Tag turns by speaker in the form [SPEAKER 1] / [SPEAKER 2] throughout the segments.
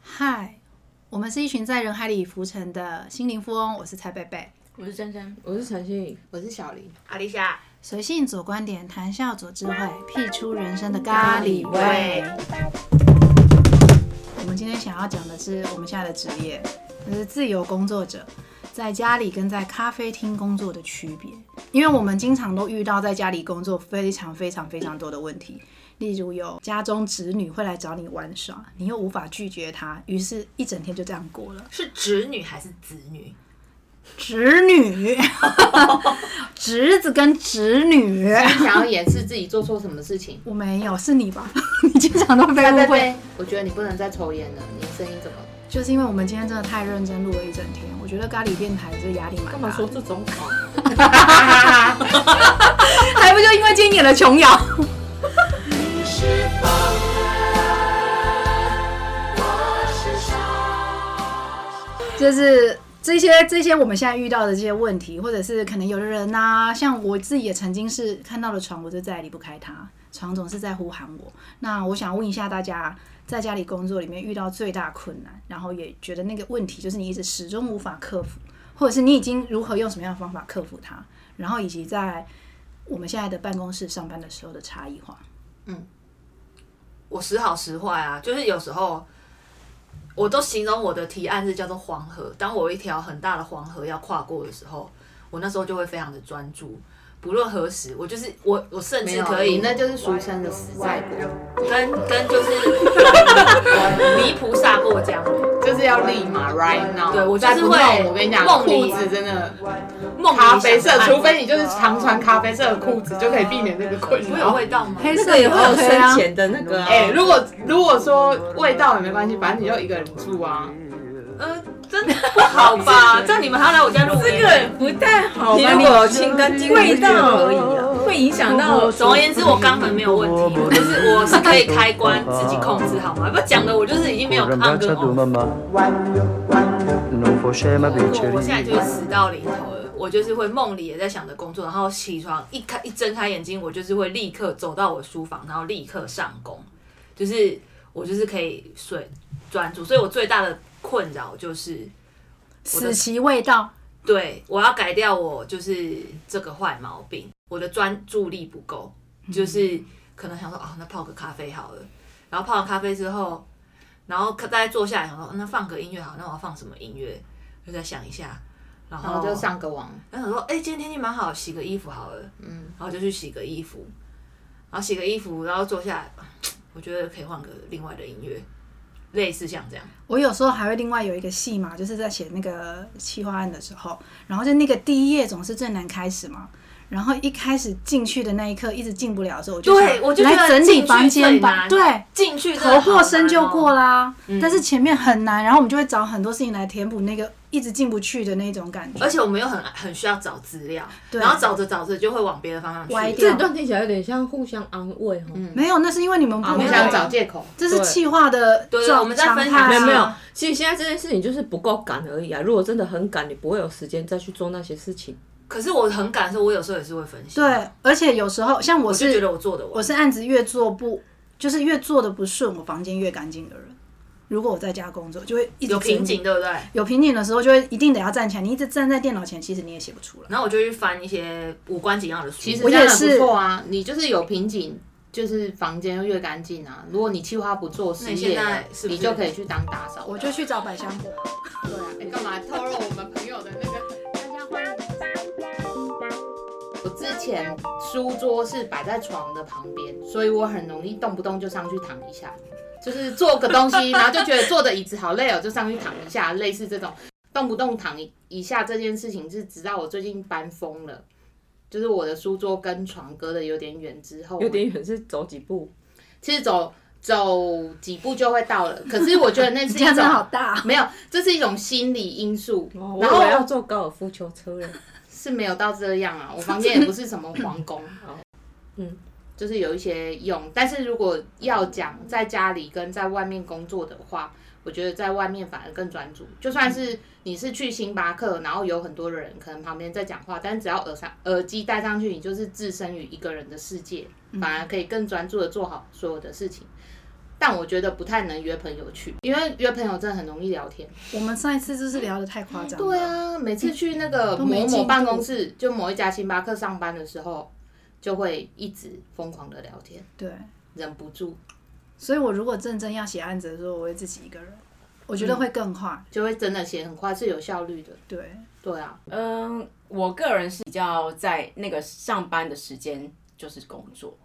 [SPEAKER 1] 嗨，我们是一群在人海里浮沉的心灵富翁，我是蔡贝贝。
[SPEAKER 2] 我是珍珍，
[SPEAKER 3] 我是陈心颖，
[SPEAKER 2] 我是小林。
[SPEAKER 4] 阿丽莎，
[SPEAKER 1] 随性左观点，谈笑左智慧，辟出人生的咖喱味。我们今天想要讲的是我们现在的职业，就是自由工作者在家里跟在咖啡厅工作的区别。因为我们经常都遇到在家里工作非常非常非常多的问题，例如有家中侄女会来找你玩耍，你又无法拒绝她，于是一整天就这样过了。
[SPEAKER 4] 是侄女还是子女？
[SPEAKER 1] 侄女， 侄子跟侄女，？
[SPEAKER 2] 想要掩饰自己做错什么事情
[SPEAKER 1] 我没有，是你吧？ 你经常都被
[SPEAKER 2] 拜
[SPEAKER 1] 误
[SPEAKER 2] 拜
[SPEAKER 1] 会
[SPEAKER 2] 拜，，我觉得你不能再抽烟了，你的声音怎么？
[SPEAKER 1] 就是因为我们今天真的太认真录了一整天，我觉得咖喱电台这压力蛮
[SPEAKER 3] 干
[SPEAKER 1] 大
[SPEAKER 3] 嘛说
[SPEAKER 1] 的。
[SPEAKER 3] 这种话？
[SPEAKER 1] 还不就因为今天演了琼瑶？就是这些这些我们现在遇到的这些问题，或者是可能有的人呐、像我自己也曾经是看到了床，我就再也离不开它，床总是在呼喊我。那我想问一下大家，在家里工作里面遇到最大困难，然后也觉得那个问题就是你一直始终无法克服，或者是你已经如何用什么样的方法克服它，然后以及在我们现在的办公室上班的时候的差异化。
[SPEAKER 4] 我时好时坏啊，就是有时候我都形容我的提案是叫做黄河。当我有一条很大的黄河要跨过的时候，我那时候就会非常的专注，不论何时，我就是我，我甚至可以
[SPEAKER 2] 你那就是俗称的实在果，
[SPEAKER 4] 跟跟就是离菩萨过江。
[SPEAKER 3] 就是要立马 right now。
[SPEAKER 4] 对我就
[SPEAKER 3] 再
[SPEAKER 4] 是
[SPEAKER 3] 不
[SPEAKER 4] 会
[SPEAKER 3] 弄我跟你讲，
[SPEAKER 4] 梦里
[SPEAKER 3] 裤子真的
[SPEAKER 4] 梦里
[SPEAKER 3] 咖啡色
[SPEAKER 4] 想，看
[SPEAKER 3] 除非你就是常穿咖啡色的裤子，就可以避免这个困
[SPEAKER 4] 我有
[SPEAKER 3] 扰。
[SPEAKER 4] 味道吗？
[SPEAKER 1] 黑色也 OK 啊，
[SPEAKER 5] 前的那个啊
[SPEAKER 3] 哎、如果如果说味道也没关系，反正你就一个人住啊。
[SPEAKER 4] 呃，真的不 好吧？这样你们还要来我家录音？
[SPEAKER 5] 这个不太好吧？
[SPEAKER 3] 你如
[SPEAKER 5] 如
[SPEAKER 3] 果
[SPEAKER 5] 果清跟金味道而已啊，会影响到
[SPEAKER 4] 总而言之，我肛门没有问题，我就是我是可以开关自己控制，好吗？不讲的我就是已经没有 on 跟 off。
[SPEAKER 5] 哦
[SPEAKER 6] Non faceva
[SPEAKER 4] 我我现在
[SPEAKER 6] piacere
[SPEAKER 4] 就是死到临头了，我就是会梦里也在想着工作，然后起床一开一睁开眼睛，我就是会立刻走到我书房，然后立刻上工，就是我就是可以睡专注，所以我最大的困扰就是
[SPEAKER 1] 死其味道。
[SPEAKER 4] 对，我要改掉我就是这个坏毛病，我的专注力不够，就是可能想说哦，那泡个咖啡好了，然后泡完咖啡之后，然后大家坐下来想说，那放个音乐好，那我要放什么音乐？就再想一下，然
[SPEAKER 2] 然后
[SPEAKER 4] 后
[SPEAKER 2] 就，上个网，
[SPEAKER 4] 然后想说，哎、今天天气蛮好，洗个衣服好了，
[SPEAKER 2] 嗯，
[SPEAKER 4] 然后就去洗个衣服，然后洗个衣服，然后坐下来，我觉得可以换个另外的音乐，类似像这样，
[SPEAKER 1] 我有时候还会另外有一个戏嘛，就是在写那个企划案的时候，然后就那个第一页总是最难开始嘛。然后一开始进去的那一刻，一直进不了的时候，我就
[SPEAKER 4] 对
[SPEAKER 1] 想
[SPEAKER 4] 我就觉得
[SPEAKER 1] 来整
[SPEAKER 4] 进
[SPEAKER 1] 理
[SPEAKER 4] 去
[SPEAKER 1] 房间
[SPEAKER 4] 最
[SPEAKER 1] 吧。
[SPEAKER 4] 难
[SPEAKER 1] 对，
[SPEAKER 4] 进去真的
[SPEAKER 1] 头过
[SPEAKER 4] 好
[SPEAKER 1] 身
[SPEAKER 4] 难
[SPEAKER 1] 就
[SPEAKER 4] 哦
[SPEAKER 1] 过啦、
[SPEAKER 4] 嗯
[SPEAKER 1] 但是前面很难，然后我们就会找很多事情来填补那个一直进不去的那种感觉
[SPEAKER 4] 而。且我们又很很需要找资料，
[SPEAKER 1] 对
[SPEAKER 4] 然后找着找着就会往别的方向去。
[SPEAKER 1] 歪掉
[SPEAKER 5] 这段听起来有点像互相安慰
[SPEAKER 3] 哦
[SPEAKER 5] 哈。
[SPEAKER 2] 嗯
[SPEAKER 1] 没有，那是因为你们不
[SPEAKER 2] 我们
[SPEAKER 1] 懂
[SPEAKER 2] 想找借口，
[SPEAKER 1] 这是气化的
[SPEAKER 4] 对对
[SPEAKER 1] 状
[SPEAKER 4] 我们在
[SPEAKER 1] 常
[SPEAKER 4] 分
[SPEAKER 1] 态啊
[SPEAKER 4] 享
[SPEAKER 5] 没有没有，其实现在这件事情就是不够赶而已啊。如果真的很赶，你不会有时间再去做那些事情。
[SPEAKER 4] 可是我很感受，我有时候也是会分析，
[SPEAKER 1] 对，而且有时候像我
[SPEAKER 4] 我就觉
[SPEAKER 1] 是
[SPEAKER 4] 得我做的
[SPEAKER 1] 我
[SPEAKER 4] 我
[SPEAKER 1] 是案子越做不，就是越做的不顺，我房间越干净的人。如果我在家工作，就会一直
[SPEAKER 4] 有
[SPEAKER 1] 整理
[SPEAKER 4] 瓶颈，对不对？
[SPEAKER 1] 有瓶颈的时候，就会一定得要站起来。你一直站在电脑前，其实你也写不出来。
[SPEAKER 4] 然后我就去翻一些无关紧要的书，
[SPEAKER 2] 其实
[SPEAKER 1] 我
[SPEAKER 2] 这
[SPEAKER 1] 也
[SPEAKER 2] 样很
[SPEAKER 1] 是
[SPEAKER 2] 不错啊。你就是有瓶颈，就是房间越干净啊。如果你计划不做
[SPEAKER 4] 那
[SPEAKER 2] 失
[SPEAKER 4] 你
[SPEAKER 2] 业
[SPEAKER 4] 现在
[SPEAKER 2] 了，
[SPEAKER 4] 是不
[SPEAKER 2] 你
[SPEAKER 4] 是
[SPEAKER 2] 就可以去当打扫。
[SPEAKER 1] 我就去找百香果。对啊，
[SPEAKER 2] 哎干嘛透露我们朋 友的那个？
[SPEAKER 1] 大家欢迎。
[SPEAKER 2] 我之前书桌是摆在床的旁边，所以我很容易动不动就上去躺一下，就是做个东西，然后就觉得坐的椅子好累哦，就上去躺一下，类似这种动不动躺一下这件事情，是直到我最近搬风了。就是我的书桌跟床隔得有点远之后，
[SPEAKER 5] 有点远是走几步，
[SPEAKER 2] 其实走走几步就会到了。可是我觉得那
[SPEAKER 1] 你
[SPEAKER 2] 是一
[SPEAKER 1] 家真的好
[SPEAKER 2] 种
[SPEAKER 1] 大。
[SPEAKER 2] 没有，这是一种心理因素。
[SPEAKER 5] 哦我
[SPEAKER 2] 然
[SPEAKER 5] 以
[SPEAKER 2] 后
[SPEAKER 5] 为要坐高尔夫球车了。
[SPEAKER 2] 是没有到这样啊，我房间也不是什么皇宫哦
[SPEAKER 5] 好，嗯，
[SPEAKER 2] 就是有一些用，但是如果要讲在家里跟在外面工作的话，我觉得在外面反而更专注。就算是你是去星巴克，然后有很多人可能旁边在讲话，但只要耳上耳机戴上去，你就是置身于一个人的世界，反而可以更专注的做好所有的事情。但我觉得不太能约朋友去，因为约朋友真的很容易聊天。
[SPEAKER 1] 我们上一次就是聊的太夸张了。
[SPEAKER 2] 对啊，每次去那个
[SPEAKER 1] 都没
[SPEAKER 2] 某
[SPEAKER 1] 进
[SPEAKER 2] 某
[SPEAKER 1] 度
[SPEAKER 2] 办公室，就某一家星巴克上班的时候，就会一直疯狂的聊天，
[SPEAKER 1] 对，
[SPEAKER 2] 忍不住
[SPEAKER 1] 所以我如果认真要写案子的时候，我会自己一个人，我觉得会更快。
[SPEAKER 2] 就会真的写很快，是有效率的。
[SPEAKER 1] 对，
[SPEAKER 2] 对啊，
[SPEAKER 6] 嗯，我个人是比较在那个上班的时间就是工作，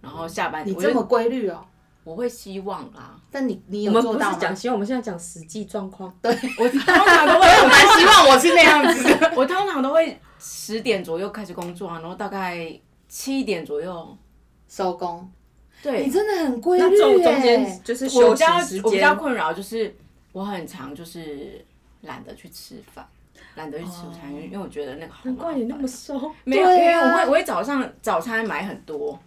[SPEAKER 6] 然后下班
[SPEAKER 2] 你
[SPEAKER 6] 我
[SPEAKER 2] 这
[SPEAKER 6] 就
[SPEAKER 2] 么规律哦，
[SPEAKER 6] 我会希望啦，
[SPEAKER 2] 但你你
[SPEAKER 5] 我
[SPEAKER 2] 有
[SPEAKER 5] 们
[SPEAKER 2] 做
[SPEAKER 5] 不
[SPEAKER 2] 到
[SPEAKER 5] 是
[SPEAKER 2] 吗？
[SPEAKER 5] 讲希望，我们现在讲实际状况。
[SPEAKER 6] 我通常都会
[SPEAKER 2] 蛮希望我是那样子的。
[SPEAKER 6] 我通常都会十点左右开始工作啊，然后大概七点左右
[SPEAKER 2] 收工，
[SPEAKER 6] 对
[SPEAKER 2] 你。真的很规
[SPEAKER 5] 那
[SPEAKER 2] 律
[SPEAKER 5] 这种
[SPEAKER 2] 耶
[SPEAKER 5] 中间就是
[SPEAKER 6] 我
[SPEAKER 5] 休
[SPEAKER 6] 比
[SPEAKER 5] 息
[SPEAKER 6] 较
[SPEAKER 5] 时
[SPEAKER 6] 我比较
[SPEAKER 5] 间，
[SPEAKER 6] 困扰就是我很常就是懒得去吃饭，懒得去吃午餐，因为我觉得那个
[SPEAKER 5] 哦
[SPEAKER 6] 好
[SPEAKER 5] 难怪
[SPEAKER 6] 麻
[SPEAKER 5] 你那
[SPEAKER 6] 烦
[SPEAKER 5] 么瘦。
[SPEAKER 6] 没有，因
[SPEAKER 2] 对
[SPEAKER 6] 为
[SPEAKER 2] 啊
[SPEAKER 6] 我会我会早上早餐买很多，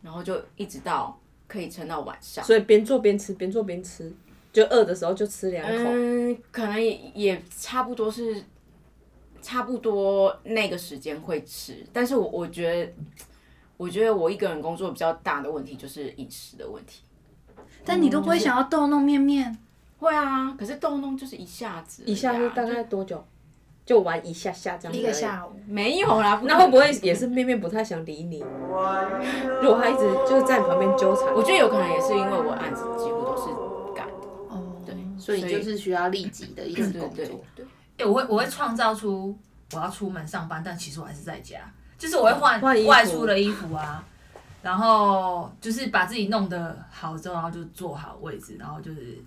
[SPEAKER 6] 然后就一直到可以撑到晚上。
[SPEAKER 5] 所以边做边吃，边做边吃，就饿的时候就吃两口。
[SPEAKER 6] 嗯，可能也也差不多是差不多那个时间会吃，但是我我觉得，我觉得我一个人工作比较大的问题就是饮食的问题。
[SPEAKER 1] 但你都不会想要逗弄面面，
[SPEAKER 6] 会啊，可是动动就是一下子而已啊，
[SPEAKER 5] 一下是大概多久？就玩一下下这样子而已。
[SPEAKER 1] 一个下午，
[SPEAKER 6] 没有啦。
[SPEAKER 5] 那会不
[SPEAKER 6] 会？
[SPEAKER 5] 会也是面面不太想理你？如果他一直就是在你旁边纠缠，
[SPEAKER 6] 我觉得有可能也是因为我案子几乎都是赶，
[SPEAKER 1] 哦，
[SPEAKER 6] 对，
[SPEAKER 2] 所以就是需要立即的一直
[SPEAKER 6] 对
[SPEAKER 2] 工
[SPEAKER 6] 对
[SPEAKER 5] 嗯
[SPEAKER 2] 作。
[SPEAKER 6] 对，
[SPEAKER 4] 哎、我会我会创造出我要出门上班，但其实我还是在家，就是我会换
[SPEAKER 5] 换衣服
[SPEAKER 4] 外出的衣服啊，然后就是把自己弄得好之后，然后就坐好位置，然后就是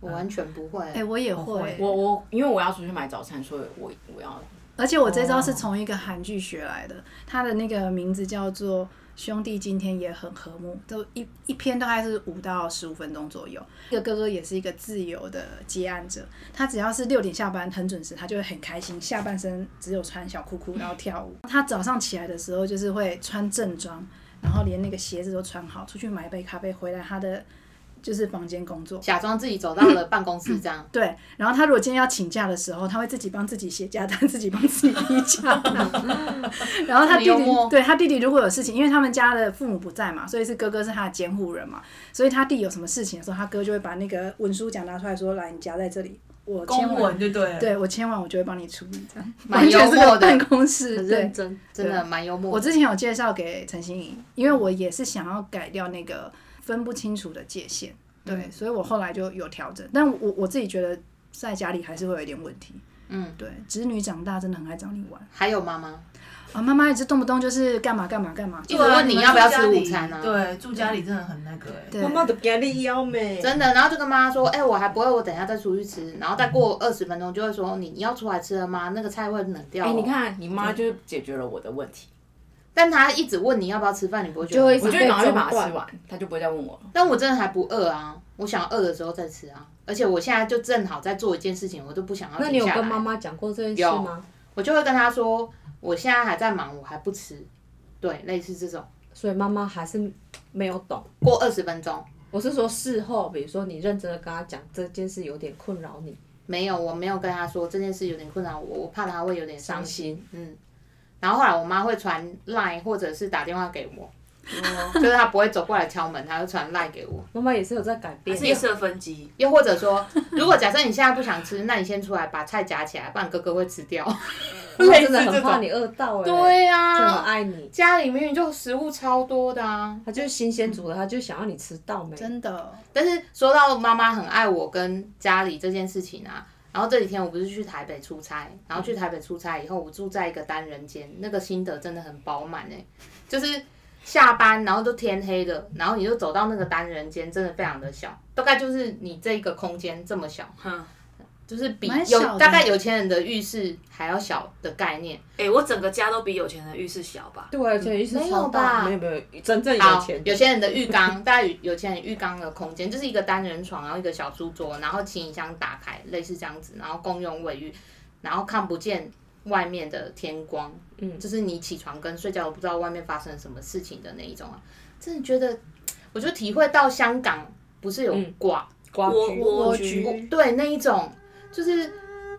[SPEAKER 2] 我完全不会
[SPEAKER 1] 哎、，我也
[SPEAKER 4] 我
[SPEAKER 1] 会
[SPEAKER 4] 会，
[SPEAKER 6] 我我因为我要出去买早餐，所以我我要
[SPEAKER 1] 而且我这招是从一个韩剧学来的，它的那个名字叫做《兄弟今天也很和睦》，都一一篇大概是五到十五分钟左右。一个哥哥也是一个自由的接案者，他只要是六点下班很准时，他就会很开心，下半身只有穿小裤裤然后跳舞。他早上起来的时候就是会穿正装，然后连那个鞋子都穿好，出去买一杯咖啡，回来他的就是房间工作。
[SPEAKER 2] 假装自己走到了办公室这样。
[SPEAKER 1] 对，然后他如果今天要请假的时候，他会自己帮自己写假单， 自己帮自己批假单。然后他弟
[SPEAKER 2] 嗯这么幽
[SPEAKER 1] 弟
[SPEAKER 2] 默，
[SPEAKER 1] 对他弟弟如果有事情，因为他们家的父母不在嘛，所以是哥哥是他的监护人嘛，所以他弟有什么事情的时候，他哥就会把那个文书奖拿出来说：“来，你夹在这里，我签
[SPEAKER 4] 公
[SPEAKER 1] 完，
[SPEAKER 4] 文就对了。
[SPEAKER 1] 对我签完我就会帮你处理。”这样，
[SPEAKER 2] 蛮
[SPEAKER 1] 完全是
[SPEAKER 2] 幽默
[SPEAKER 1] 个
[SPEAKER 2] 的
[SPEAKER 1] 办公室，
[SPEAKER 5] 很
[SPEAKER 1] 对
[SPEAKER 5] 认。真。
[SPEAKER 2] 真的蛮幽默
[SPEAKER 1] 我
[SPEAKER 2] 的。
[SPEAKER 1] 之前有介绍给陈心怡，因为我也是想要改掉那个分不清楚的界限，对，所以我后来就有调整。但我我自己觉得在家里还是会有一点问题，
[SPEAKER 2] 嗯，
[SPEAKER 1] 对，侄女长大真的很爱找你玩
[SPEAKER 2] 还有妈妈，
[SPEAKER 1] 啊，妈妈一直动不动就是干嘛干嘛干嘛，
[SPEAKER 2] 一
[SPEAKER 4] 啊
[SPEAKER 2] 直问你要不要吃午餐啊
[SPEAKER 4] 对，住家里真的很那个哎、
[SPEAKER 1] 对，
[SPEAKER 5] 妈妈都给你腰没？
[SPEAKER 2] 真的。然后就跟妈妈说：“哎、我还不会，我等一下再出去吃。”然后再过二十分钟就会说：“你你要出来吃了吗？那个菜会冷掉、哦
[SPEAKER 6] 哎，你，
[SPEAKER 5] 哦
[SPEAKER 6] 看你妈就解决了我的问题，
[SPEAKER 2] 但她一直问你要不要吃饭，你不会觉
[SPEAKER 5] 就
[SPEAKER 2] 得
[SPEAKER 5] 会一
[SPEAKER 2] 很
[SPEAKER 5] 直
[SPEAKER 2] 烦？
[SPEAKER 6] 我就赶快去把
[SPEAKER 5] 被中
[SPEAKER 6] 它吃完，她就不会再问我了。
[SPEAKER 2] 但我真的还不饿啊，我想饿的时候再吃啊。而且我现在就正好在做一件事情，我都不想要。
[SPEAKER 5] 那你有跟妈？妈讲过这件事吗？
[SPEAKER 2] 我就会跟她说：“我现在还在忙，我还不吃。”对，类似这种。
[SPEAKER 5] 所以妈妈还是没有懂。
[SPEAKER 2] 过二十分钟
[SPEAKER 5] 我是说事后，比如说你认真的跟她讲这件事有点困扰你，
[SPEAKER 2] 没有，我没有跟她说这件事有点困扰我，我怕她会有点
[SPEAKER 5] 伤
[SPEAKER 2] 伤心。
[SPEAKER 5] 心。
[SPEAKER 2] 嗯，然后后来我妈会传 line 或者是打电话给我， 就是她不会走过来敲门，她会传 line 给我。
[SPEAKER 5] 妈妈也是有在改变
[SPEAKER 4] 自。己设分机，
[SPEAKER 2] 又或者说，如果假设你现在不想吃，那你先出来把菜夹起来，不然哥哥会吃掉。
[SPEAKER 5] 妈妈真的
[SPEAKER 2] 类似这
[SPEAKER 5] 很怕
[SPEAKER 2] 种。
[SPEAKER 5] 你饿到哎、
[SPEAKER 2] 对
[SPEAKER 5] 就很
[SPEAKER 2] 啊，
[SPEAKER 5] 爱你。
[SPEAKER 2] 家里明明就食物超多的啊。
[SPEAKER 5] 她就是新鲜煮的，她就想要你吃到没？
[SPEAKER 1] 真的，
[SPEAKER 2] 但是说到妈妈很爱我跟家里这件事情啊，然后这几天我不是去台北出差，然后去台北出差以后，我住在一个单人间，那个心得真的很饱满哎，就是下班然后都天黑了，然后你就走到那个单人间，真的非常的小，大概就是你这个空间这么小，
[SPEAKER 4] 哼，
[SPEAKER 2] 就是比
[SPEAKER 1] 蛮小
[SPEAKER 2] 有
[SPEAKER 1] 的
[SPEAKER 2] 大概有钱人的浴室还要小的概念。
[SPEAKER 4] 哎、我整个家都比有钱人的浴室小吧？
[SPEAKER 5] 对，而且一直
[SPEAKER 2] 没有
[SPEAKER 5] 超
[SPEAKER 2] 吧
[SPEAKER 5] 大，没有没有，真正有
[SPEAKER 2] 好
[SPEAKER 5] 钱，
[SPEAKER 2] 有些人的浴缸， 大概有有钱人浴缸的空间就是一个单人床，然后一个小书桌，然后行李箱打开，类似这样子，然后共用卫浴，然后看不见外面的天光，嗯，就是你起床跟睡觉都不知道外面发生什么事情的那一种啊，真的觉得，我就体会到香港不是有
[SPEAKER 5] 嗯
[SPEAKER 2] 挂、
[SPEAKER 5] 瓜
[SPEAKER 4] 蜗
[SPEAKER 5] 居
[SPEAKER 4] 蜗
[SPEAKER 1] 居
[SPEAKER 4] 居，
[SPEAKER 2] 对那一种，就是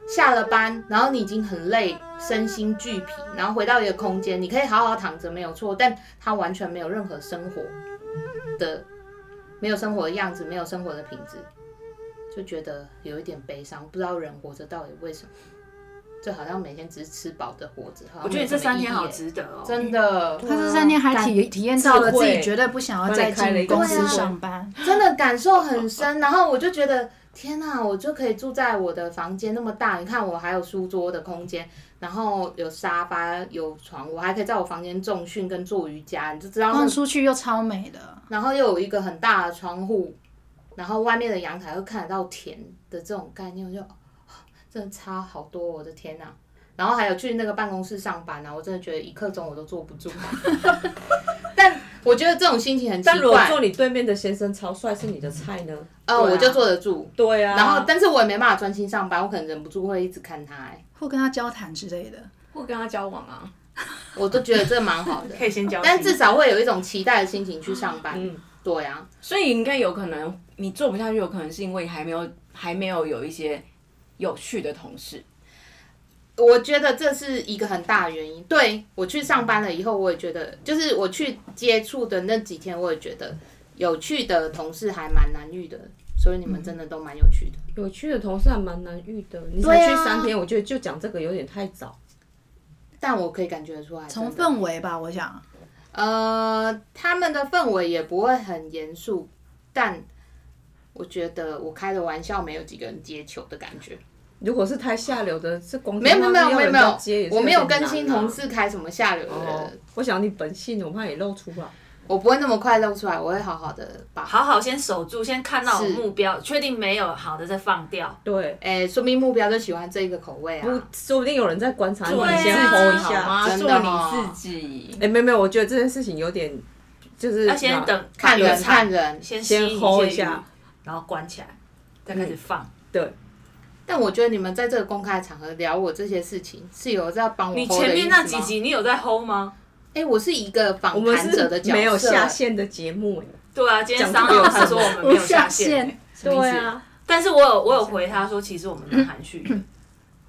[SPEAKER 2] 下了班，然后你已经很累，身心俱疲，然后回到一个空间，你可以好好躺着没有错，但它完全没有任何生活的没有生活的样子，没有生活的品质，就觉得有一点悲伤，不知道人活着到底为什么，就好像每天只是吃饱的活着。好像
[SPEAKER 4] 我觉得
[SPEAKER 2] 没
[SPEAKER 4] 这
[SPEAKER 2] 什么
[SPEAKER 4] 三天
[SPEAKER 2] 意义
[SPEAKER 4] 好
[SPEAKER 2] 耶
[SPEAKER 4] 值得哦。
[SPEAKER 2] 真的，
[SPEAKER 1] 他这三天还体体验到了自己绝对不想要再进公司上班，
[SPEAKER 2] 真的感受很深。然后我就觉得，天哪、我就可以住在我的房间那么大，你看我还有书桌的空间，然后有沙发有床，我还可以在我房间重训跟做瑜伽，你就知道
[SPEAKER 1] 然
[SPEAKER 2] 那
[SPEAKER 5] 哦
[SPEAKER 1] 后出去又超美的，
[SPEAKER 2] 然后又有一个很大的窗户，然后外面的阳台会看得到田的这种概念，我就哦真的差好多，我的天呐、然后还有去那个办公室上班啊，我真的觉得一刻钟我都坐不住。 但我觉得这种心情很奇
[SPEAKER 5] 但如果
[SPEAKER 2] 怪，
[SPEAKER 5] 坐你对面的先生超帅是你的菜呢？
[SPEAKER 2] 呃，
[SPEAKER 4] 对啊。
[SPEAKER 2] 我就坐得住。
[SPEAKER 5] 对啊，
[SPEAKER 2] 然后，但是我也没办法专心上班，我可能忍不住会一直看他、 欸，
[SPEAKER 1] 或跟他交谈之类的。
[SPEAKER 6] 或跟他交往啊，
[SPEAKER 2] 我都觉得这蛮好的
[SPEAKER 4] 可以先交心，
[SPEAKER 2] 但至少会有一种期待的心情去上班。对啊，
[SPEAKER 6] 所以应该有可能你做不下去，有可能是因为还没有还没有有一些有趣的同事，
[SPEAKER 2] 我觉得这是一个很大的原因。对我去上班了以后，我也觉得，就是我去接触的那几天，我也觉得有趣的同事还蛮难遇的，所以你们真的都蛮有趣的。
[SPEAKER 5] 有趣的同事还蛮难遇的。你
[SPEAKER 2] 对
[SPEAKER 5] 才
[SPEAKER 2] 啊
[SPEAKER 5] 去三天，我觉得就讲这个有点太早。
[SPEAKER 2] 但我可以感觉得出来，
[SPEAKER 1] 从
[SPEAKER 2] 真的
[SPEAKER 1] 氛围吧，我想，
[SPEAKER 2] 呃，他们的氛围也不会很严肃，但我觉得我开的玩笑没有几个人接球的感觉。
[SPEAKER 5] 如果是太下流的，这光
[SPEAKER 2] 没有没有没有没有没有，我没有跟
[SPEAKER 5] 新
[SPEAKER 2] 新同。事开什么下流的人，
[SPEAKER 5] 哦，啊我想你本性，我怕你露出来。
[SPEAKER 2] 我不会那么快露出来，我会好好的把。
[SPEAKER 4] 好好先守住，先看到我
[SPEAKER 2] 是
[SPEAKER 4] 目标，确定没有好的再放掉。
[SPEAKER 5] 对，
[SPEAKER 2] 哎、说明目标就喜欢这个口味啊。
[SPEAKER 5] 不，说不定有人在观察你，
[SPEAKER 6] 做
[SPEAKER 5] 你
[SPEAKER 6] 你自己
[SPEAKER 5] 先吼一
[SPEAKER 6] 好
[SPEAKER 5] 下。
[SPEAKER 6] 吗？
[SPEAKER 2] 真
[SPEAKER 6] 做
[SPEAKER 2] 的哦
[SPEAKER 6] 你自己。
[SPEAKER 5] 哎，没有没有，我觉得这件事情有点，就是
[SPEAKER 4] 要先等
[SPEAKER 2] 看
[SPEAKER 4] 有
[SPEAKER 2] 人
[SPEAKER 4] 场
[SPEAKER 2] 看人，
[SPEAKER 4] 先吸
[SPEAKER 5] 先
[SPEAKER 4] 引
[SPEAKER 5] hold
[SPEAKER 4] 一嗯
[SPEAKER 5] 一
[SPEAKER 4] 些
[SPEAKER 5] 下
[SPEAKER 4] 鱼，然后关起来，再开始放。
[SPEAKER 2] 但我觉得你们在这个公开的场合聊我这些事情，是有在帮我 hold
[SPEAKER 4] 你
[SPEAKER 2] 的意思吗。
[SPEAKER 4] 前面那几集你有在 hold 吗？
[SPEAKER 2] 哎、我是一个
[SPEAKER 5] 我
[SPEAKER 2] 访
[SPEAKER 5] 们
[SPEAKER 2] 谈者的
[SPEAKER 5] 是
[SPEAKER 2] 角色，
[SPEAKER 5] 没有下线的节目。哎
[SPEAKER 4] 对啊，今天
[SPEAKER 5] 讲
[SPEAKER 4] 商
[SPEAKER 5] 这个
[SPEAKER 4] 量才说我们没有下线欸，什么意思，，但是我有我有回他说，其实我们蛮含蓄
[SPEAKER 2] 嗯
[SPEAKER 4] 的，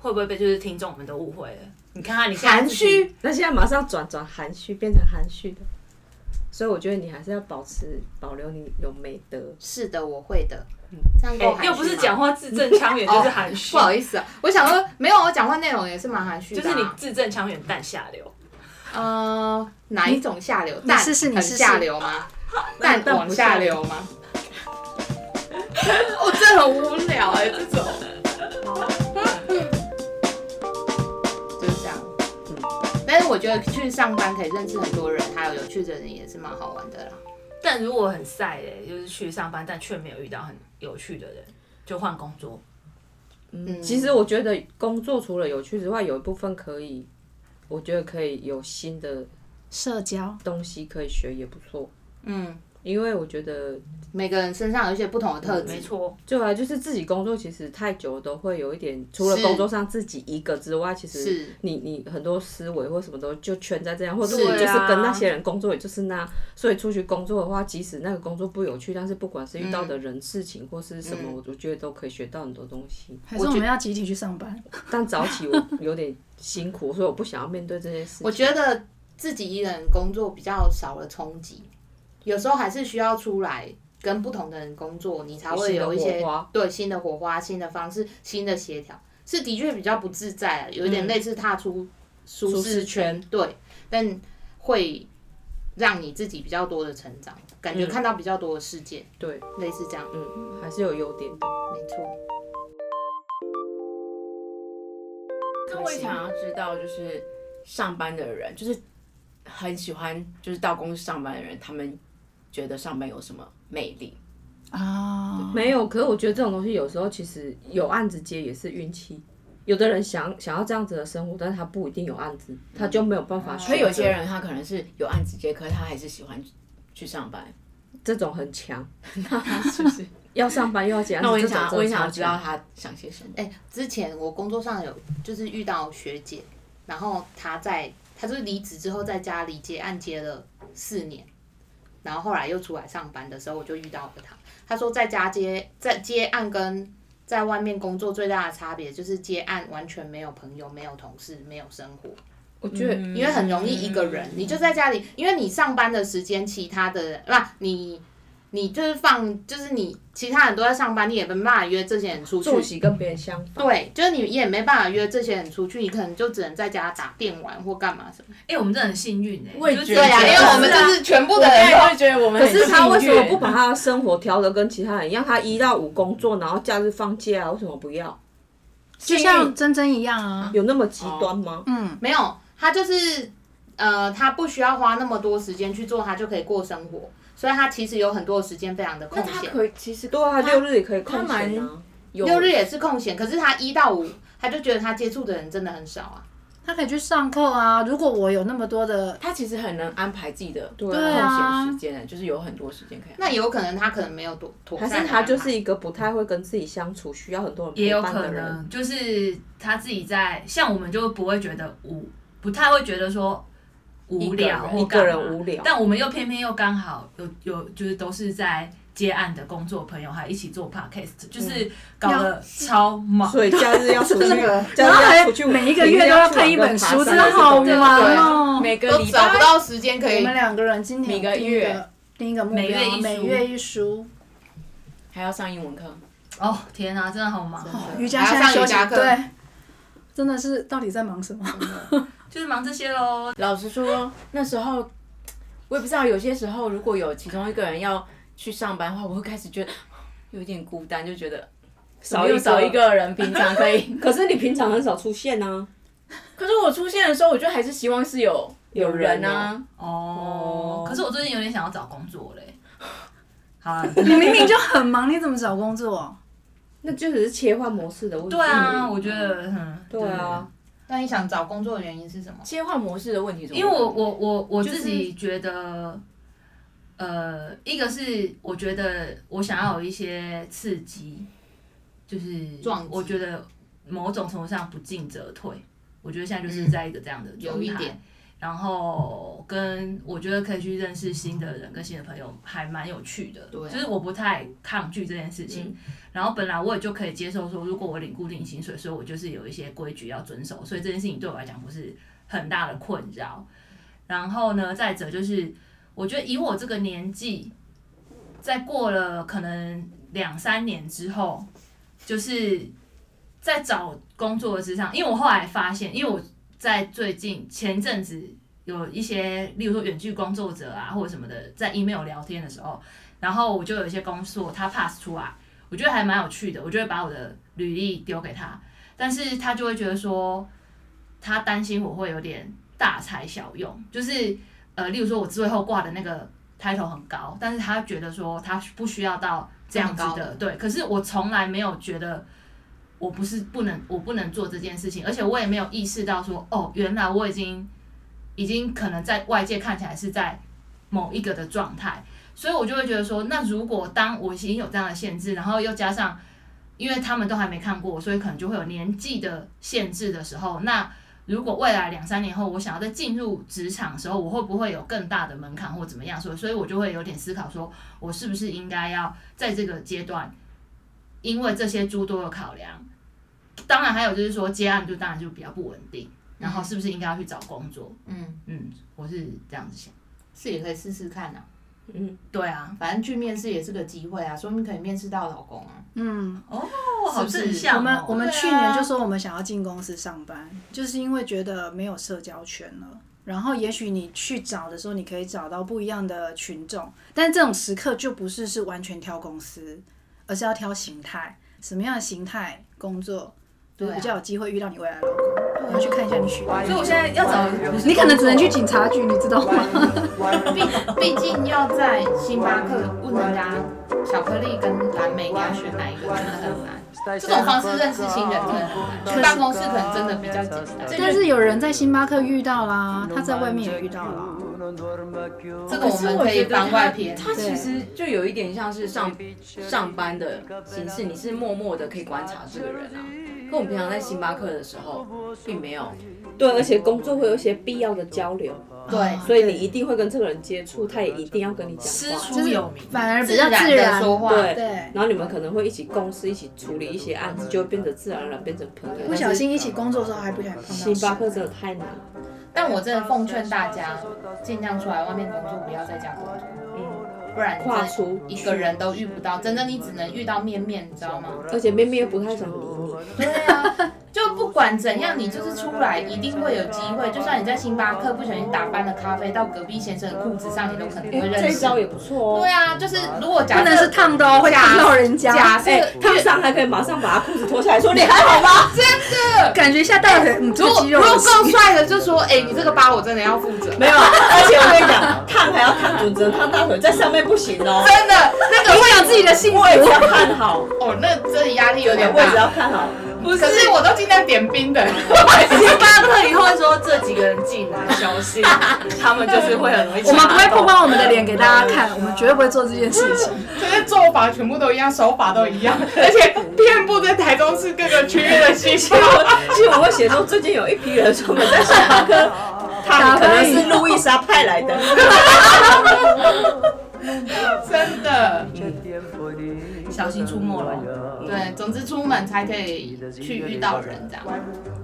[SPEAKER 4] 会不会被就是听众我们都误会了？你看看你现在
[SPEAKER 2] 含
[SPEAKER 4] 自己，
[SPEAKER 2] 蓄。
[SPEAKER 5] 那现在马上转转含蓄，变成含蓄的。所以我觉得你还是要保持保留你有美德。
[SPEAKER 2] 是的，我会的。这样够含蓄
[SPEAKER 4] 哎
[SPEAKER 2] 吗
[SPEAKER 4] 又不是讲话字正腔 圆，就是含蓄
[SPEAKER 2] 不，好意思啊，我想说没有，我讲话内容也是蛮含蓄
[SPEAKER 4] 就
[SPEAKER 2] 的、啊。
[SPEAKER 4] 是你字正腔圆但下流。
[SPEAKER 2] 呃哪一种下流？但
[SPEAKER 1] 试试你
[SPEAKER 2] 很
[SPEAKER 1] 试试
[SPEAKER 2] 下流吗？但
[SPEAKER 5] 但
[SPEAKER 2] 往
[SPEAKER 5] 不
[SPEAKER 2] 下
[SPEAKER 5] 下流
[SPEAKER 2] 流吗？我真的很无聊哎、这种。 就是这样。嗯但是我觉得去上班可以认识很多人，还有有趣的人也是蛮好玩的啦。
[SPEAKER 4] 但如果很晒哎，就是去上班，但却没有遇到很有趣的人，就换工作。
[SPEAKER 5] 嗯，其实我觉得工作除了有趣之外，有一部分可以，我觉得可以有新的
[SPEAKER 1] 社交
[SPEAKER 5] 东西可以学，也不错。
[SPEAKER 2] 嗯，
[SPEAKER 5] 因为我觉得，
[SPEAKER 2] 每个人身上有一些不同的特质
[SPEAKER 4] 嗯没，错，
[SPEAKER 5] 对啊，就是自己工作其实太久都会有一点，除了
[SPEAKER 2] 是
[SPEAKER 5] 工作上自己一个之外，其实
[SPEAKER 2] 是
[SPEAKER 5] 你你很多思维或什么都就圈在这样，或者
[SPEAKER 2] 是
[SPEAKER 5] 你就是
[SPEAKER 4] 啊
[SPEAKER 5] 跟那些人工作，也就是那，所以出去工作的话，即使那个工作不有趣，但是不管是遇到
[SPEAKER 2] 嗯
[SPEAKER 5] 的人、事情或是什么，我我觉得都可以学到很多东西。
[SPEAKER 1] 还是我们要集体去上班？
[SPEAKER 5] 但早起我有点辛苦，所以我不想要面对这些事 情。
[SPEAKER 2] 我觉得自己一人工作比较少了冲击，有时候还是需要出来跟不同的人工作，你才会有一
[SPEAKER 5] 新
[SPEAKER 2] 些
[SPEAKER 5] 的火花
[SPEAKER 2] 对新的火花、新的方式、新的协调，是的确比较不自在啊，有点类似踏出舒
[SPEAKER 5] 嗯舒
[SPEAKER 2] 适
[SPEAKER 5] 适
[SPEAKER 2] 圈，对，但会让你自己比较多的成长，感觉
[SPEAKER 5] 嗯
[SPEAKER 2] 看到比较多的世界，
[SPEAKER 5] 对，
[SPEAKER 2] 类似这样，
[SPEAKER 5] 嗯，还是有优点的。
[SPEAKER 2] 没错。
[SPEAKER 6] 那我也想要知道，就是上班的人，就是很喜欢，就是到公司上班的人，他们觉得上班有什么魅力？
[SPEAKER 1] 啊，
[SPEAKER 5] 没有，可是我觉得这种东西有时候其实有案子接也是运气。有的人想想要这样子的生活，但是他不一定有案子，他就嗯没有办法选择。
[SPEAKER 6] 所以有些人他可能是有案子接，可是他还是喜欢去上班。
[SPEAKER 5] 这种很强，
[SPEAKER 6] 是不是？
[SPEAKER 5] 要上班又要接案子，
[SPEAKER 6] 那我也
[SPEAKER 5] 这种
[SPEAKER 6] 想，
[SPEAKER 5] 真的
[SPEAKER 6] 我也想要
[SPEAKER 5] 超
[SPEAKER 6] 知道
[SPEAKER 5] 强
[SPEAKER 6] 他想些什么。
[SPEAKER 2] 哎、之前我工作上有就是遇到学姐，然后她在她就是离职之后在家里接案接了四年，然后后来又出来上班的时候，我就遇到了她。她说在家接在接案跟在外面工作最大的差别就是接案完全没有朋友、没有同事、没有生活，
[SPEAKER 5] 我觉得
[SPEAKER 2] 因为啊很容易一个人，你就在家里，因为你上班的时间，其他的那、你你就是放，就是你其他人都在上班，你也没办法约这些人出去。
[SPEAKER 5] 作息跟别人相反。
[SPEAKER 2] 对，就是你也没办法约这些人出去，你可能就只能在家打电玩或干嘛什么。
[SPEAKER 4] 哎，我们真的很幸运哎，
[SPEAKER 6] 我也
[SPEAKER 4] 就是
[SPEAKER 6] 觉
[SPEAKER 2] 对
[SPEAKER 6] 得
[SPEAKER 2] 呀、
[SPEAKER 6] 啊
[SPEAKER 2] 因为我们就是全部的
[SPEAKER 6] 我
[SPEAKER 2] 人
[SPEAKER 6] 也
[SPEAKER 2] 都
[SPEAKER 6] 会觉得我们
[SPEAKER 5] 可
[SPEAKER 6] 很
[SPEAKER 5] 是他为
[SPEAKER 6] 幸
[SPEAKER 5] 什
[SPEAKER 6] 运
[SPEAKER 5] 么不把他的生活调的跟其他人一样？他一到五工作，然后假日放假啊，为什么不要？
[SPEAKER 1] 就像珍珍一样啊，
[SPEAKER 5] 有那么极端吗？
[SPEAKER 1] 嗯，
[SPEAKER 2] 没有，他就是呃，他不需要花那么多时间去做，他就可以过生活，所以他其实有很多时间非常的空
[SPEAKER 6] 那他
[SPEAKER 2] 闲。
[SPEAKER 6] 可以其实
[SPEAKER 5] 对啊，
[SPEAKER 6] 他
[SPEAKER 5] 六日也可以
[SPEAKER 6] 他
[SPEAKER 5] 空
[SPEAKER 6] 蛮
[SPEAKER 5] 闲啊。
[SPEAKER 6] 有
[SPEAKER 2] 六日也是空闲，可是他一到五，他就觉得他接触的人真的很少啊。
[SPEAKER 1] 他可以去上课啊。如果我有那么多的，
[SPEAKER 6] 他其实很能安排自己的空
[SPEAKER 5] 对
[SPEAKER 1] 啊
[SPEAKER 6] 闲时间的，就是有很多时间可以安排。
[SPEAKER 2] 那有可能他可能没有妥妥
[SPEAKER 5] 还
[SPEAKER 2] 善的
[SPEAKER 5] 是
[SPEAKER 2] 安排，
[SPEAKER 5] 他就是一个不太会跟自己相处，需要很多人
[SPEAKER 4] 也
[SPEAKER 5] 陪
[SPEAKER 4] 有
[SPEAKER 5] 伴
[SPEAKER 4] 可
[SPEAKER 5] 的人。
[SPEAKER 4] 能就是他自己在，像我们就不会觉得无，不太会觉得说无聊或
[SPEAKER 5] 一个人
[SPEAKER 4] 干嘛
[SPEAKER 5] 无聊
[SPEAKER 4] 但我们又偏偏又刚好有有就是都是在接案的工作朋友，还一起做 podcast，就是搞得超忙。
[SPEAKER 5] 嗯所以假日 要出去，
[SPEAKER 1] 然后
[SPEAKER 5] 假日要出去
[SPEAKER 1] 还每一个月都要看一本书，真的好
[SPEAKER 5] 对
[SPEAKER 1] 忙哦。
[SPEAKER 6] 每个
[SPEAKER 2] 都
[SPEAKER 6] 礼
[SPEAKER 2] 找不
[SPEAKER 6] 拜
[SPEAKER 2] 到时间可
[SPEAKER 1] 我
[SPEAKER 2] 以
[SPEAKER 1] 们两个人今年
[SPEAKER 6] 每个
[SPEAKER 1] 定一
[SPEAKER 6] 月
[SPEAKER 1] 定一个目
[SPEAKER 4] 每
[SPEAKER 1] 标
[SPEAKER 4] 月一，书
[SPEAKER 1] 每月一书。
[SPEAKER 6] 还要上英文课，
[SPEAKER 4] 哦天啊，真的好忙，
[SPEAKER 1] 哦瑜伽
[SPEAKER 2] 还
[SPEAKER 1] 现
[SPEAKER 2] 要
[SPEAKER 1] 在
[SPEAKER 2] 上
[SPEAKER 1] 休
[SPEAKER 2] 瑜
[SPEAKER 1] 息
[SPEAKER 2] 伽课
[SPEAKER 1] 对，真的是到底在忙什么？
[SPEAKER 4] 就是忙这些喽。
[SPEAKER 6] 老实说，那时候我也不知道，有些时候如果有其中一个人要去上班的话，我会开始觉得有点孤单，就觉得
[SPEAKER 5] 少
[SPEAKER 6] 又
[SPEAKER 5] 一
[SPEAKER 6] 少一
[SPEAKER 5] 个。
[SPEAKER 6] 个人，平常可 以。
[SPEAKER 5] 可是你平常很少出现啊，
[SPEAKER 6] 可是我出现的时候，我就还是希望是有有人啊，
[SPEAKER 4] 哦，可是我最近有点想要找工 作嘞。好啊，
[SPEAKER 1] 你明明就很忙，你怎么找工作？
[SPEAKER 5] 那就只是切换模式的问题。
[SPEAKER 4] 对啊，我觉得，嗯，
[SPEAKER 5] 对啊，
[SPEAKER 2] 那你想找工作的原因是什么？
[SPEAKER 6] 切换模式的问题怎么
[SPEAKER 4] 因
[SPEAKER 6] 办。
[SPEAKER 4] 为我我我我
[SPEAKER 6] 就是
[SPEAKER 4] 自己觉得，呃，一个是我觉得我想要有一些刺激，就是
[SPEAKER 2] 撞击
[SPEAKER 4] 我觉得某种程度上不进则退，我觉得现在就是在一个这样的状态。
[SPEAKER 2] 嗯有一点
[SPEAKER 4] 然后跟我觉得可以去认识新的人跟新的朋友，还蛮有趣的。
[SPEAKER 2] 对啊嗯
[SPEAKER 4] 就是我不太抗拒这件事情。然后本来我也就可以接受说，如果我领固定薪水，所以我就是有一些规矩要遵守，所以这件事情对我来讲不是很大的困扰。然后呢，再者就是，我觉得以我这个年纪，在过了可能两三年之后，就是在找工作之上，因为我后来发现，因为我在最近前阵子有一些，例如说远距工作者啊或者什么的，在 email 聊天的时候，然后我就有一些工作他 pass 出来，我觉得还蛮有趣的，我就会把我的履历丢给他，但是他就会觉得说，他担心我会有点大材小用，就是呃，例如说我最后挂的那个 title 很高，但是他觉得说他不需要到这样子
[SPEAKER 2] 这么高
[SPEAKER 4] 的
[SPEAKER 2] 的，
[SPEAKER 4] 对，可是我从来没有觉得。我不是不能，我不能做这件事情，而且我也没有意识到说，哦，原来我已经已经可能在外界看起来是在某一个的状态，所以我就会觉得说，那如果当我已经有这样的限制，然后又加上因为他们都还没看过，所以可能就会有年纪的限制的时候，那如果未来两三年后我想要再进入职场的时候，我会不会有更大的门槛或怎么样？所以，所以我就会有点思考说，我是不是应该要在这个阶段，因为这些诸多的考量，当然还有就是说接案就当然就比较不稳定，然后是不是应该要去找工作？
[SPEAKER 2] 嗯，
[SPEAKER 4] 嗯，我是这样子想。
[SPEAKER 2] 是也可以试试看啊，
[SPEAKER 4] 对啊，
[SPEAKER 2] 反正去面试也是个机会啊，说明可以面试到老公啊。
[SPEAKER 1] 嗯，
[SPEAKER 4] 哦，好
[SPEAKER 2] 是不是
[SPEAKER 4] 正向、哦。
[SPEAKER 1] 我们我们
[SPEAKER 2] 对啊
[SPEAKER 1] 去年就说我们想要进公司上班，就是因为觉得没有社交圈了。然后也许你去找的时候，你可以找到不一样的群众，但这种时刻就不是是完全挑公司，而是要挑形态，什么样的形态工作，
[SPEAKER 2] 对啊
[SPEAKER 1] 比较有机会遇到你未来的老公。我要去看一下你许愿，
[SPEAKER 4] 所以我现在要找不是
[SPEAKER 1] 你可能只能去警察局，你知道吗？
[SPEAKER 2] 毕毕竟要在星巴克问人家巧克力跟蓝莓，给他选哪一个真的很难。这种方式认识新人真的很难，去办公室可能真的比较简单。
[SPEAKER 1] 但是有人在星巴克遇到啦，他在外面也遇到啦。
[SPEAKER 2] 这个我们可以番外篇。
[SPEAKER 6] 他其实就有一点像是上上班的形式，你是默默的可以观察这个人啊。可我们平常在星巴克的时候，并没有。
[SPEAKER 5] 对，啊而且工作会有一些必要的交流，
[SPEAKER 1] 啊
[SPEAKER 2] 对，
[SPEAKER 5] 所以你一定会跟这个人接触，他也一定要跟你
[SPEAKER 4] 师
[SPEAKER 5] 讲话。
[SPEAKER 4] 出有名，
[SPEAKER 1] 反而比
[SPEAKER 2] 自
[SPEAKER 1] 较
[SPEAKER 2] 然
[SPEAKER 1] 自
[SPEAKER 2] 的
[SPEAKER 1] 然。
[SPEAKER 2] 说话，
[SPEAKER 5] 对
[SPEAKER 1] 对，
[SPEAKER 5] 然后你们可能会一起共事，一起处理一些案子，就会变得自然而然变成朋友。
[SPEAKER 1] 不小心一起工作的时候还不小心碰到
[SPEAKER 5] 但是星
[SPEAKER 1] 事
[SPEAKER 5] 巴克真的太难了，
[SPEAKER 2] 但我真的奉劝大家，尽量出来外面工作，不要在家工作。
[SPEAKER 5] 嗯，
[SPEAKER 2] 不然你
[SPEAKER 5] 跨
[SPEAKER 2] 真的
[SPEAKER 5] 出
[SPEAKER 2] 一个人都遇不到，真的你只能遇到面面，你知道吗？
[SPEAKER 5] 而且妹妹又不太想理你，
[SPEAKER 2] 对啊，就不管怎样，你就是出来一定会有机会。就算你在星巴克不小心打翻了咖啡到隔壁先生的裤子上，你都可能会
[SPEAKER 5] 哎这
[SPEAKER 2] 认
[SPEAKER 5] 一
[SPEAKER 2] 识。
[SPEAKER 5] 招也不错哦
[SPEAKER 2] 对。啊，就是如果假
[SPEAKER 1] 不能是
[SPEAKER 2] 设
[SPEAKER 1] 烫的哦，会烫到人
[SPEAKER 2] 假
[SPEAKER 1] 家。
[SPEAKER 2] 设
[SPEAKER 5] 哎、烫伤还可以马上把他裤子脱下来说：“你还好吗
[SPEAKER 1] 感觉一下大腿，嗯，这
[SPEAKER 2] 如
[SPEAKER 1] 个
[SPEAKER 2] 果
[SPEAKER 1] 肌
[SPEAKER 2] 如
[SPEAKER 1] 肉
[SPEAKER 2] 果
[SPEAKER 1] 很细。
[SPEAKER 2] 够帅的，就说哎、你这个疤我真的要负责？”。
[SPEAKER 5] 没有，而且我跟你讲，烫还要烫准，只能烫大腿，在上面不行哦。
[SPEAKER 2] 真的，那个
[SPEAKER 1] 影响自己的幸福。
[SPEAKER 5] 位置要看好，
[SPEAKER 2] 哦，那这里压力有点
[SPEAKER 5] 位置
[SPEAKER 2] 大。
[SPEAKER 5] 要看好。
[SPEAKER 2] 不是，可是我都尽量点冰的。
[SPEAKER 4] 星巴克以后会说这几个人进 来小心，他们就是会很容易。
[SPEAKER 1] 我们不会曝。光我们的脸给大家看，我们绝对不会做这件事 情。
[SPEAKER 2] 这些做法全部都一样，手法都一样，而且遍布在台中市各个区域的西校。
[SPEAKER 5] 其实我会写说，最近有一批人专门在星巴克烫，可能是路易莎派来的。
[SPEAKER 2] 真的，小心出没了。对，总之出门才可以去遇到人，这样。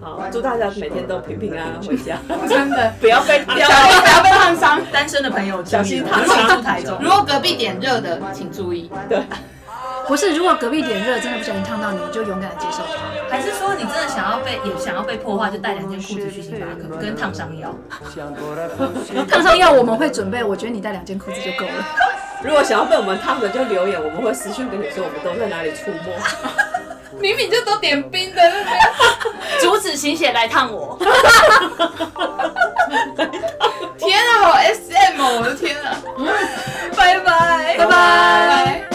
[SPEAKER 5] 好，祝大家每天都平平安安回家，
[SPEAKER 2] 真的，
[SPEAKER 5] 不要被不要
[SPEAKER 2] 不要被烫伤。
[SPEAKER 4] 单身的朋友
[SPEAKER 5] 小心烫伤台中。
[SPEAKER 2] 如果隔壁点热的，请注意。
[SPEAKER 5] 对，
[SPEAKER 1] 不是，如果隔壁点热，真的不小心烫到你，你就勇敢的接受它。
[SPEAKER 4] 还是说你真的想要被也想要被破坏，就带两件裤子去星巴克，跟烫伤一样。
[SPEAKER 1] 烫伤药我们会准备，我觉得你带两件裤子就够了。
[SPEAKER 5] 如果想要被我们烫的，就留言，我们会私讯跟你说我们都在哪里出没。
[SPEAKER 2] 明明就都点冰的，那边
[SPEAKER 4] 阻止贫血来烫我。
[SPEAKER 2] 天啊，好 S M 嗯哦，我的天啊！拜拜，拜拜。